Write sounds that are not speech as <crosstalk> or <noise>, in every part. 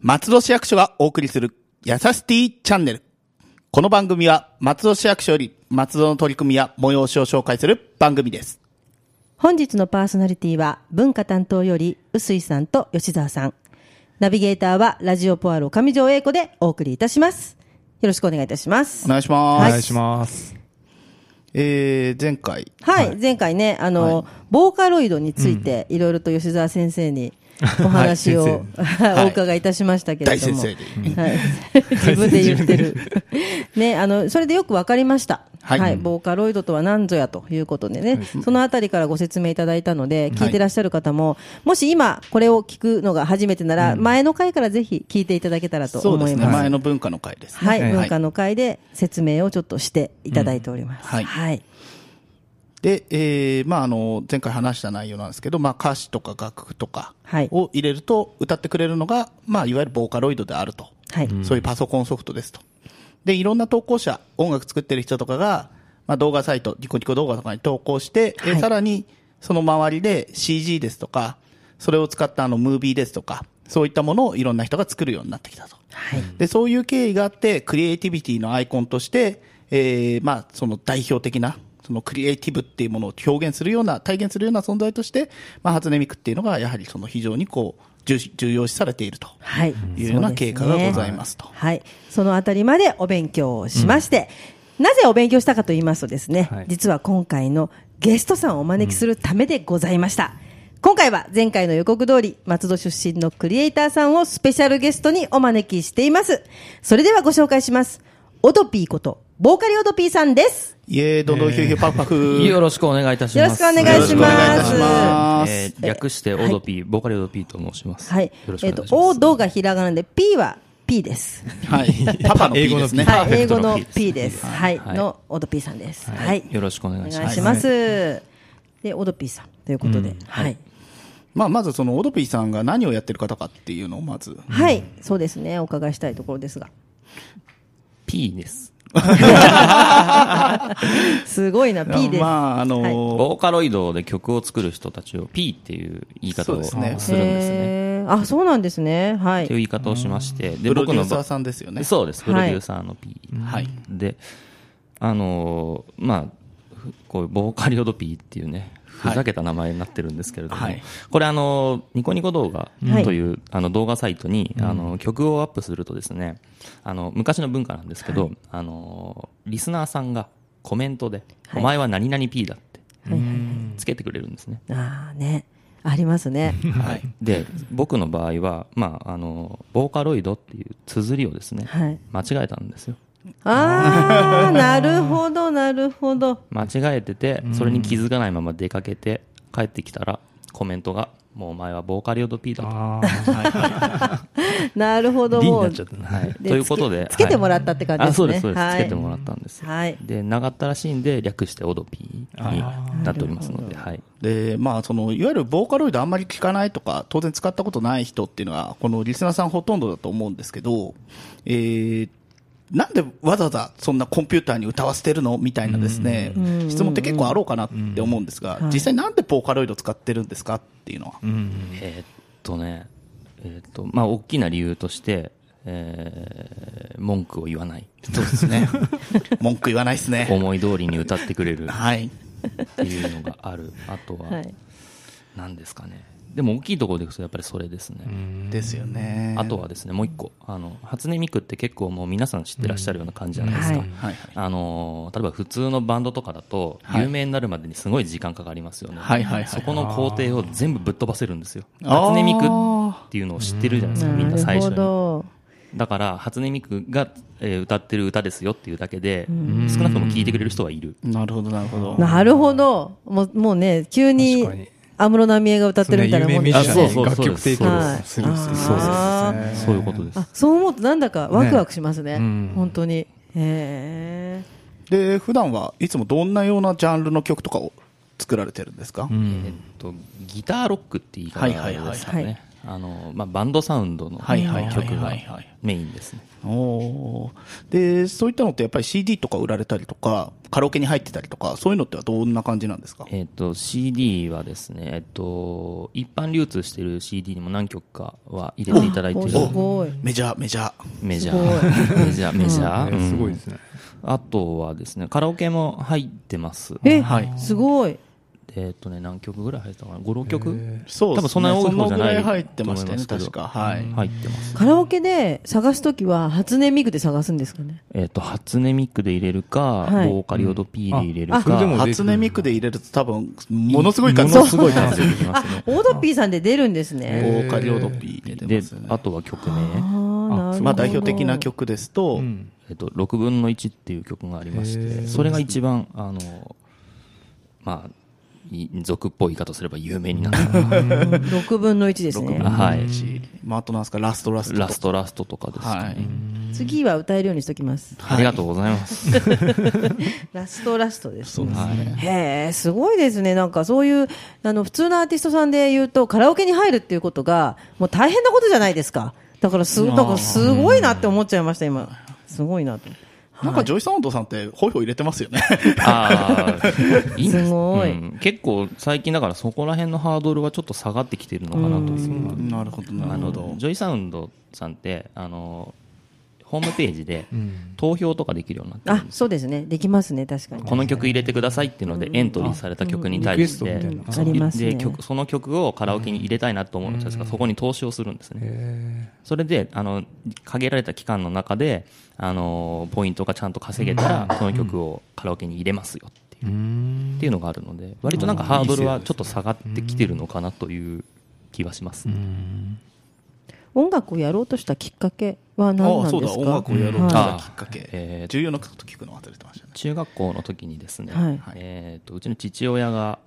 松戸市役所がお送りするやさしティチャンネル。この番組は松戸市役所より松戸の取り組みや催しを紹介する番組です。本日のパーソナリティは文化担当より臼井さんと吉澤さんナビゲーターはラジオポアロ上条英子でお送りいたしますよろしくお願いいたしますお願いしまおす。願いします。えー、前回、はい、前回ねあの、ボーカロイドについていろいろと吉澤先生 <laughs> にお話を、生 <laughs> お伺いいたしましたけれ大ど先も、生で。はい、 <laughs> 自分で言ってる <laughs> ねあのそれでよく分かりました、ははいいボーカロイドとは何ぞやということでね、そのあたりからご説明いただいたので聞いてらっしゃる方も、もし今これを聞くのが初めてなら、前の回からぜひ聞いていただけたらとそうで思すいね。ます前の文化の回ですね。はい、はい文化の会で説明をちょっとしていただいておりうんます、はいはいで、えー、まあ、あの、前回話した内容なんですけど、まあ、歌詞とか楽譜とかはいを入れると、歌ってくれるのが、まあ、いわゆるボーカロイドであると。はいそういうパソコンソフトですと。で、いろんな投稿者、音楽作ってる人とかが、まあ、動画サイト、ニコニコ動画とかに投稿して、えはいさらにその周りで CG ですとか、それを使ったあのムービーですとか、そういったものをいろんな人が作るようになってきたと。はいで、そういう経緯があって、クリエイティビティのアイコンとして、えーまあ、その代表的な、そのクリエイティブっていうものを表現するような、体現するような存在として、まあ、初音ミクっていうのが、やはりその非常にこう、重視重要視されていると。はい、いうようなそで経すね過がございますとはい、そのあたりまでお勉強をしまして、なぜお勉強したかと言いますとですね、はい実は今回のゲストさんをお招きするためでございました。今回は前回の予告通り、松戸出身のクリエイターさんをスペシャルゲストにお招きしています。それではご紹介します。オドピーこと、ボーカリオドピーさんです。イエーイ、どんどんヒューヒューパフパフ。よろしくお願いいたします。よろしくお願いよろししますくお願いいたしますえー略してオドピー、ボーカリオドピーと申します。はいよろ。しくえおっ、願といし、オまードがひらがなで、P は P です。はい。パパの P ですね。はパーフい、英ェク語トのの P です P です。はい、はいのオドピーさんです。す。はい。よろしくお願おいし願まいすし。ます。で、オドピーさんということで、はい。まあ、まずその、オドピーさんが何をやってる方かっていうのをまず。はい、そうですね、お伺いしたいところですが。 P です。すごいな、P です。まあ、あのはーボーカロイドで曲を作る人たちを P っていう言い方そうをですするんねですね。へーあ、そうなんですね。はっていうい。言い方をしまして、でプロデュー場サーさんですよね。そうです、プはいロデューサーの P。はいで、あのーまあ、ふこういうボーカリオド P っていうね、はいふざけた名前になってるんですけれども、はいこれあのー、ニコニコ動画はいという、あの動画サイトに、あのー曲をアップするとですね、あの、昔の文化なんですけど、あのー、リスナーさんがコメントで、はいお前は何々 P だってはいはいつけてくれるんですね。ああ、ね。あります <laughs> ね。はい。で、僕の場合は、まあ、あのー、ボーカロイドっていう綴りをですね、はい間違えたんですよ。ああ、なるほど、なるほど。間違えててそれに気づかないまま出かけて帰ってきたらコメントが「もうお前はボーカリオド P だ」と。あなるほど、 D にもなうっちゃったな。はい、でということでつけつけてもらったって感じですねあそうですそうです、はいつけてもらったんです、はいでなかったらしいんで略してオドピーになっておりますのではいで、まあ、その、いわゆるボーカロイドあんまり聞かないとか、当然使ったことない人っていうのは、このリスナーさんほとんどだと思うんですけど、えー、なんでわざわざそんなコンピューターに歌わせてるのみたいなですね、質問って結構あろうかなって思うんですが、実際なんでボーカロイド使ってるんですかっていうのは。えーっとねえーっとまあ大きな理由として、えー文句を言わないそうですね。 <laughs> 文句言わないですね。思い通りに歌って <laughs> くれるはい。っていうのがあるあとは。はい何ですかねでも大きいところでいくとやっぱりそれですね、ですよね。あとはですね、もう一個、あの、初音ミクって結構もう皆さん知ってらっしゃるような感じじゃないですか。はいはい。あのー、例えば普通のバンドとかだと、はい有名になるまでにすごい時間かかりますよね。はいはいはいそこの工程を全部ぶっ飛ばせるんですよ。初あー音ミクっていうのを知ってるじゃないですか、みんなな最る初ほに。ど。だから、初音ミクが、えー歌ってる歌ですよっていうだけで、少なくとも聴いてくれる人はいる。なるほど、なるほど。なるほど。もう、もうね、急に確かに、安室奈美恵が歌ってるみたいなもんミでュすーねジあシャンそうそうに楽曲提は供いするすそうでるすそうですねそういうことですあ。そう思うとなんだかワクワクしますねうん本当にへで、普段はいつもどんなようなジャンルの曲とかを作られてるんですか、えっと、ギターロックって言い方ですかね。はいはいはいはいあの、まあ、バンドサウンドのはいはいはいはい曲がメインですね。おーで、そういったのってやっぱり CD とか売られたりとか、カラオケに入ってたりとか、そういうのってはどんな感じなんですかえっ、と、CD はですね、えっ、と、一般流通してる CD にも何曲かは入れていただいておるすごい。メジャー、メジャー。メジャー、 <laughs> メジャー、メジャー。ねすごいうんですね。あとはですね、カラオケも入ってます。え、はいすごい。えっ、とね、何曲ぐらい入ったかな ?5、6曲そう多分そんなに多い方じゃなそのいぐらい入ってましたよね、と思い確ますけどか。はい。入ってます。カラオケで探すときは、初音ミクで探すんですかね。えっ、と、初音ミックで入れるか、はいボーカリオド P で入れるあか、それでも初音ミクで入れると多分、ものすごい数ものすごい数数 <laughs> 出てきまあすね。、オードピーさんで出るんですボね。ーカリオドピー入れてでますよ、ね。あとは曲あ名、ーなるほどまあ代表的な曲ですと、うんえっと、6分の1っていう曲がありましへて、ーそれが一番、あの、まあ、い俗っぽい言い方すれば有名になった。 6分の1ですね。はい。まああとなんですか、ラストラスト。ラストラストとかですはいね。。次は歌えるようにしときます。ありがとうございます。ラストラストですそうねで。すね。へえ、すごいですね。なんかそういう、あの、普通のアーティストさんで言うと、カラオケに入るっていうことが、もう大変なことじゃないですか。だからす、だからすごいなって思っちゃいました、今。すごいなと。なんかジョイサウンドさんって、ホイホイ入れてますよね。ああ、いいですすごいうん結構最近だからそこら辺のハードルはちょっと下がってきてるのかなと思う。 <laughs> なるほど、なあるほのど。ジョイサウンドさんってあのホームページでん投票とかできるようになってるあん、ですそうですね。できますね、確かに。この曲入れてくださいっていうのでエントリーされた曲に対して、うんリクエストみたいなそうありますねで曲その曲をカラオケに入れたいなと思うのですがそこに投資をするんですね、へそれであの限られた期間の中であのポイントがちゃんと稼げたらその曲をカラオケに入れますよっていーううんっていうのがあるので割となんかハードルはちょっと下がってきてるのかなという気はしますね、音楽をやろうとしたきっかけは何ああ、なんそでうすだ、か音楽をやろうとしはたきっかはいけ。えー重要なこと聞くの忘れてましたね。中学校の時にですね、はいえー、とうちの父親が、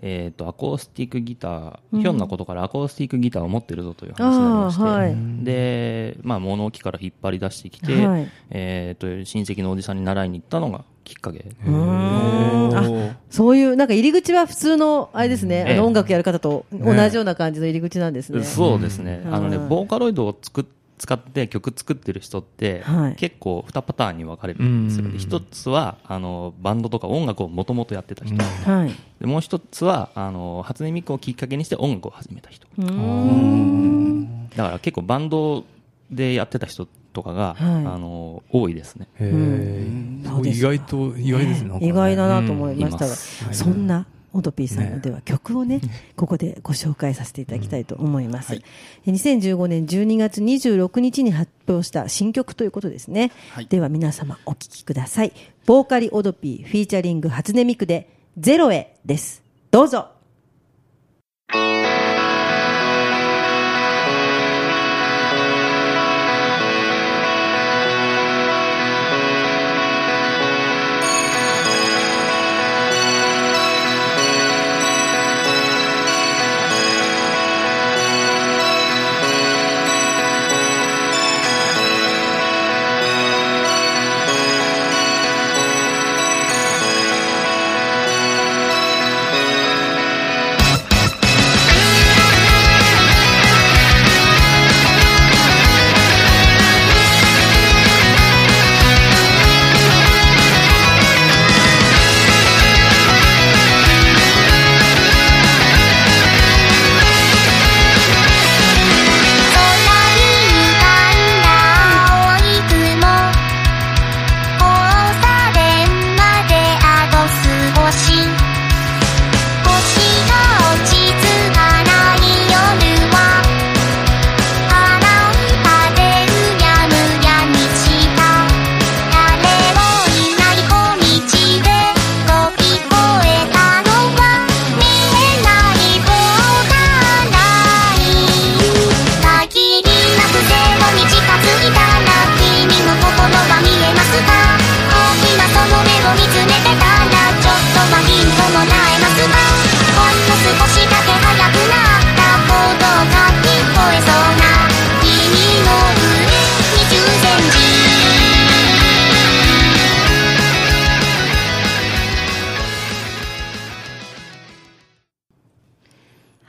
えー、とアコースティックギター、ひょんなことからアコースティックギターを持ってるぞという話になりまして、あーはいでまあ、物置から引っ張り出してきて、はいえー、と親戚のおじさんに習いに行ったのがきっかけ、い、うーんあおーそういう、なんか入り口は普通の、あれですね、ええあの音楽やる方と同じような感じの入り口なんですね。そうですね、うんあのねはいボーカロイドを作っ使って曲作ってる人って、はい結構2パターンに分かれるんですよね、一つはあのバンドとか音楽をもともとやってた人、はい。でもう一つはあの初音ミクをきっかけにして音楽を始めた人うーんだから結構バンドでやってた人とかが、はいあの多いですねへーそうです意外と意外ですねなんかね。意外だなと思いましたうんが、いますはいそんなオドピーさんのでは曲をね、ここでご紹介させていただきたいと思います。2015年12月26日に発表した新曲ということですね。はいでは皆様お聴きください。ボーカリオドピーフィーチャリング初音ミクでゼロへです。どうぞ。 「あなたの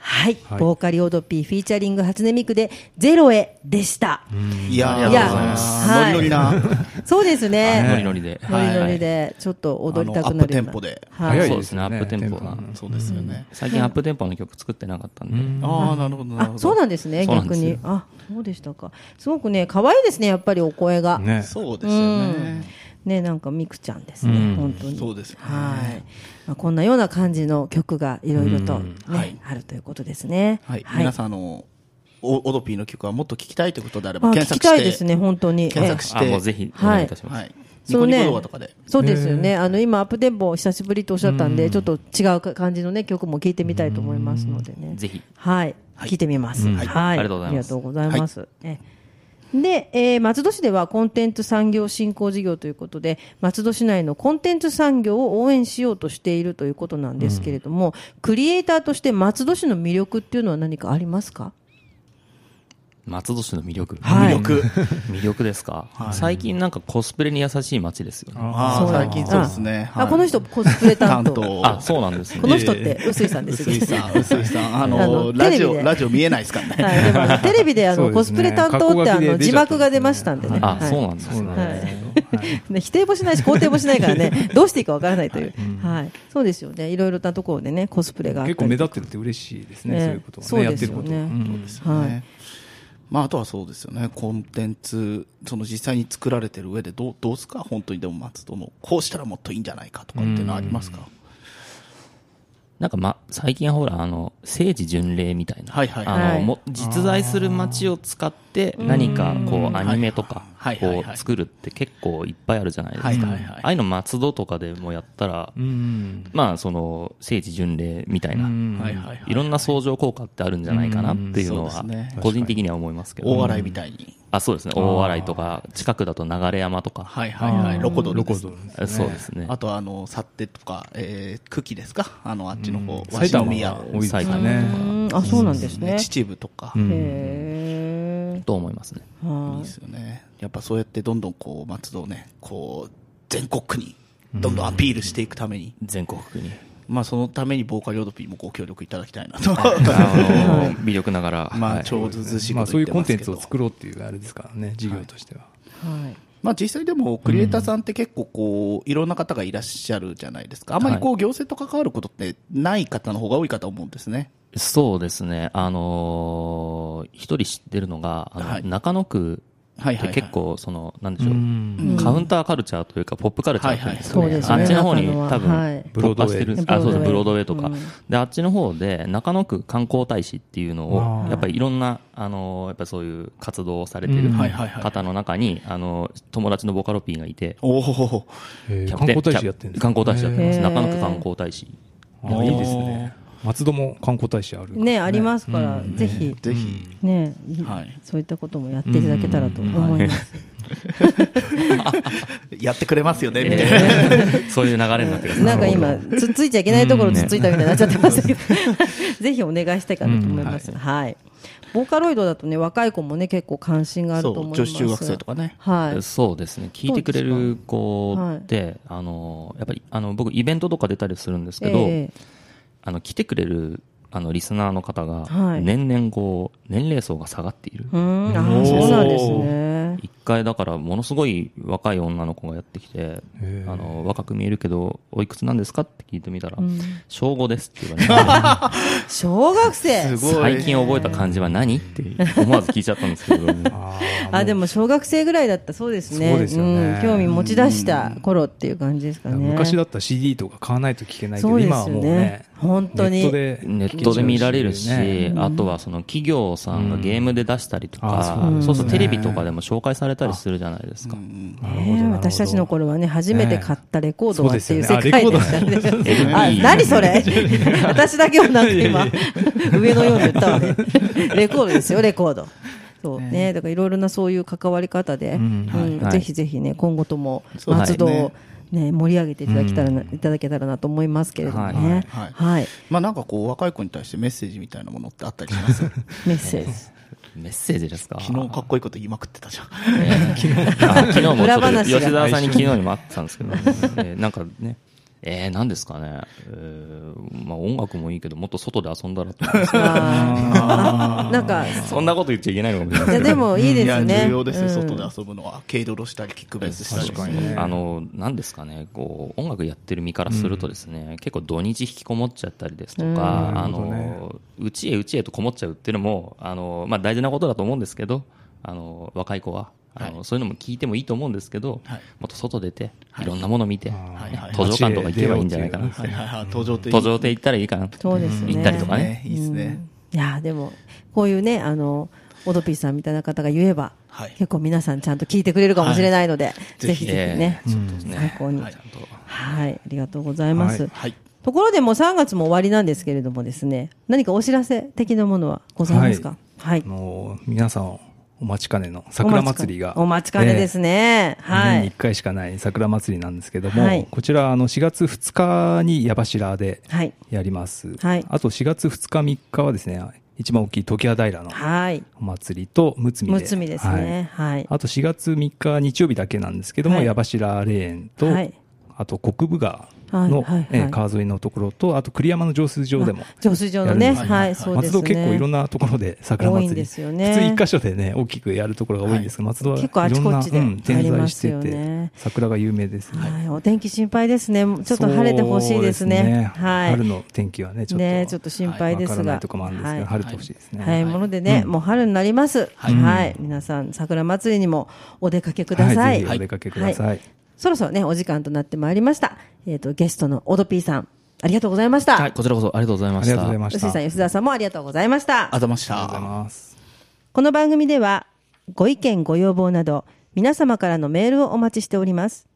はい、はいボーカリオドピーフィーチャリング初音ミクでゼロへでした。いやありがとうございますノリノリな。そうですね。ノリノリで。ノリノリはいで、ちょっと踊りたくなるようなあのアップテンポではい早いそうですね、アップテンポが。 <laughs> そうですよね。最近アップテンポの曲作ってなかったんで。ああ、なるほど、なるほあど。そうなんですね、そうなんで逆すよに。あ、そうでしたか。すごくね、可愛いですね、やっぱりお声が。ね。そうですよね。ね、なんかミクちゃんですね、本当に。そうですねはい。まあ、こんなような感じの曲がいろいろとね、はいあるということですね。はい。皆さん、あの、おオドピーの曲はもっと聞きたいということであれば、あ、検聞き索したいですね、て、本当に。検索しあ、てもうぜひ、お願いいたします。はい。ニそコうねニコ動画とかで。そうですよね。あの、今、アップテンポを久しぶりとおっしゃったんで、ちょっと違うか感じのね、曲も聞いてみたいと思いますのでね。ぜひ。はい。聞いてみます。はい。ありがとうごあざいますりがとうございます。えで、えー松戸市ではコンテンツ産業振興事業ということで、松戸市内のコンテンツ産業を応援しようとしているということなんですけれども、クリエイターとして松戸市の魅力っていうのは何かありますか松戸市の魅力。はい魅力。 <laughs> 魅力ですか、最近なんかコスプレに優しい街ですよね。ああ、なん最近そうですね。あ、この人人コスプレ担担当。当。あ、そうなんですこね。の人って、臼井さんです薄井さん、薄井さ <laughs> ん。ああのの、ラテジレビでオ、ラジオ見えないですからね。はい、でもあのテレビであそうのですコスねプレ担当ってあ格好書きので出ちゃった字幕が出ましたんでね。あ、はいそうなんですね。はいね、否定もしないし肯定もしないからね、どうしていいかわからないという、はい、そうですよね。いろいろなところでね、コスプレがあったり結構目立ってるって嬉しいですね。ねそういうことはそうね。やでっすてよるねこと。うんはい。まあ、あとはそうですよね。コンテンツ、その実際に作られてる上で、どう、どうすか本当にでも松戸の、こうしたらもっといいんじゃないかとかっていうのはありますかなんかま、最近はほら、あの、政治巡礼みたいな。はいはいあはの、いも実在する街を使って何かこうアニメとかはいはいはいこう作るって結構いっぱいあるじゃないですか。はいはいはいああいうの松戸とかでもやったらう、ん。まあその、聖地巡礼みたいな、はいはいはいいろんな相乗効果ってあるんじゃないかなっていううのはんそうですね、個人的には思いますけど。大笑いみたいに。あ、そうですね。大洗とか、近くだと流山とか。はいはいはい。ロコドルロコですド。ルですあね。そうですね。あとはあの、サッテとか、えー、久喜ですかあの、あっちの方、うん鷲宮埼玉は多いとです埼ね玉とうか、ん、あ、そうなんですかねね。秩父とか、んへと思いますね。ーいいはですよね。やっぱそうやってどんどんこう、松戸をね、こう、全国区に、どんどんアピールしていくために、全国 <laughs> 区に。まあそのためにボーカルオドピーもご協力いただきたいなと。あの、 <laughs> 魅力ながら。 <laughs> まはあ、いちょうずずしいまこあとそう言いっうてコまンすけテンどツを作ろうっていうあれですからね、事業としては。い。まあ実際でもクリエイターさんって結構こういろんな方がいらっしゃるじゃないですか。あまりこう行政と関わることってない方の方が多いかと思うんですね。そうですね。あのー一人知ってるのが、あのはい中野区はいっはいてはい結構、その、なんでしょう、んカウンターカルチャーというか、ポップカルチャーっていうんですかはいはいね。そうあでっすちねの方に中野は多はい分、ブロードウェイ突破してるブロードウェイあ、そうです、ブロードウェイとうかん。で、あっちの方で、中野区観光大使っていうのあを、ーやっぱりいろんな、あのーやっぱそういう活動をされてうるんはいはいはい方の中に、あのー友達のボカロピーがいて、おお。へーキャ観プテン光大使やってるんですキャ観光大使やってます。へー中野区観光大使。あいいですね。松戸も観光大使あるからね、ありますから、ぜひ、ぜひ。ね、はいそういったこともやっていただけたらと思います。やってくれますよね、みたいな。え <laughs> ーそういう流れになってください。なんか今、つっついちゃいけないところつっついたみたいになっちゃってますけど、 <laughs> ぜひお願いしたいかなと思います。はい。ボーカロイドだとね、若い子もね、結構関心があると思います。そう女子中学生とかねはい。そうですね。聞いてくれる子そうでって、あの、やっぱり、あの、僕、イベントとか出たりするんですけど、ええあの、来てくれる、あの、リスナーの方がは、い年々こう、年齢層が下がっている。うーん、あーおーそうなんですね。一回、だから、ものすごい若い女の子がやってきて、へーあの、若く見えるけど、おいくつなんですかって聞いてみたら、小5ですって言われて、小学 <laughs> す生ごい最近覚えた漢字は何って思わず聞いちゃったんですけど、ああでも小学生ぐらいだったそうですねそうですよねん、興味持ち出した頃っていう感じですかーね昔だったら CD とか買わないと聞けないけそど、うです今よねはもうね、本当にネットでネットで見られるし、ねあとはその企業さんがゲームで出したりとあか、そうですねそうするとテレビとかでも紹介されたりするじゃないですか。なねるほどなるほど私たちの頃はね、初めて買ったレコードはっていうねそ世う界ですでよねしたね。ああレコード、何それ私だけはなんか今、上のように言ったわね。レコードですよ、レコード。そうね、だからいろいろなそういう関わり方で、うんはいぜひぜひね、今後ともそうです松ね戸をね、盛り上げていただけたらな、いただけたらなと思いますけれどもはね。いはいはい。まあなんかこう若い子に対してメッセージみたいなものってあったりしますメッセージ。メッセージですか昨日かっこいいこと言いまくってたじゃん。 <laughs> あ昨日もちょっ裏と話が <laughs> 吉沢さんに昨日にもあったんですけど、えーなんかね、えー、何ですかね。えー、まあ音楽もいいけど、もっと外で遊んだらと思います。あーなんか、 <laughs> そんなこと言っちゃいけないのかもしれいないやけ <laughs> ど。でもいいですいやね。重要ですね、うん外で遊ぶのは。軽泥したり、キックベースしたり。確かにねあの何ですかねこう音楽やってる身からするとですね、結構土日引きこもっちゃったりですとか、うんあなるほのうちへうちへとこもっちゃうっていうのもあの、まあ、大事なことだと思うんですけどあの若い子は。あのそういうのも聞いてもいいと思うんですけど、はいもっと外出て、いろんなもの見て、ねはいはい途上館とか行けばいいんじゃないかな、はいはいはい、登場っていい途上で行ったらいいかな、そうですね。行ったりとかねね。いいですね。いやーでもこういうねあのオドピーさんみたいな方が言えば、はい結構皆さんちゃんと聞いてくれるかもしれないので、ぜひぜひね、ええちょっとですね参考に、はいはい、ありがとうございます、はいはいところでもう3月も終わりなんですけれどもですね何かお知らせ的なものはございますかはい、あの皆さんお待ちかねの桜祭りがお待ちかねですねね、は年にい1回しかない桜祭りなんですけども、はいこちらあの4月2日に矢柱ではいやります、はいあと4月2日3日はですね一番大きい常盤平のはいお祭りとむつみでむつみですねはいあと4月3日日曜日だけなんですけども、はい矢柱レーンと、はいあと国分川はいはいの、はいえー川沿いのところとあと栗山の浄水場でもあ浄水場のねやるんですよはいそうですね松戸結構いろんなところで桜祭り多いんですよね普通一箇所でね大きくやるところが多いんですが、松戸はいろんな結構あちこちでうん、点在してて、ありますよね桜が有名ですね、はい、お天気心配ですね。ちょっと晴れてほしいですね。そうではい。春の天気はねちょっとねちょっと心配ですがわからないとこもあるんですけど、はい晴れてほしいですね、はい、ものでね、もう春になります。はい、皆さん桜祭りにもお出かけくださ。はいいぜひお出かけくださいそろそろね、お時間となってまいりました。えっ、と、ゲストのオドピーさん、ありがとうございました。はい、こちらこそありがとうございあまりしがとうござたい。まし臼た井さん、吉澤さんもありがとうございましたあ。ざましありがとうございた。ますこの番組ではご意見ご要望など皆様からのメールをお待ちしております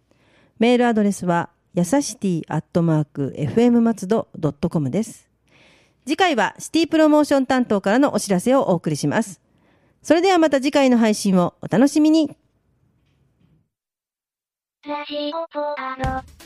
メールアドレスはやさしティアットマーク FM 松戸ドットコムです次回はシティプロモーション担当からのお知らせをお送りしますそれではまた次回の配信をお楽しみにラジオポアド。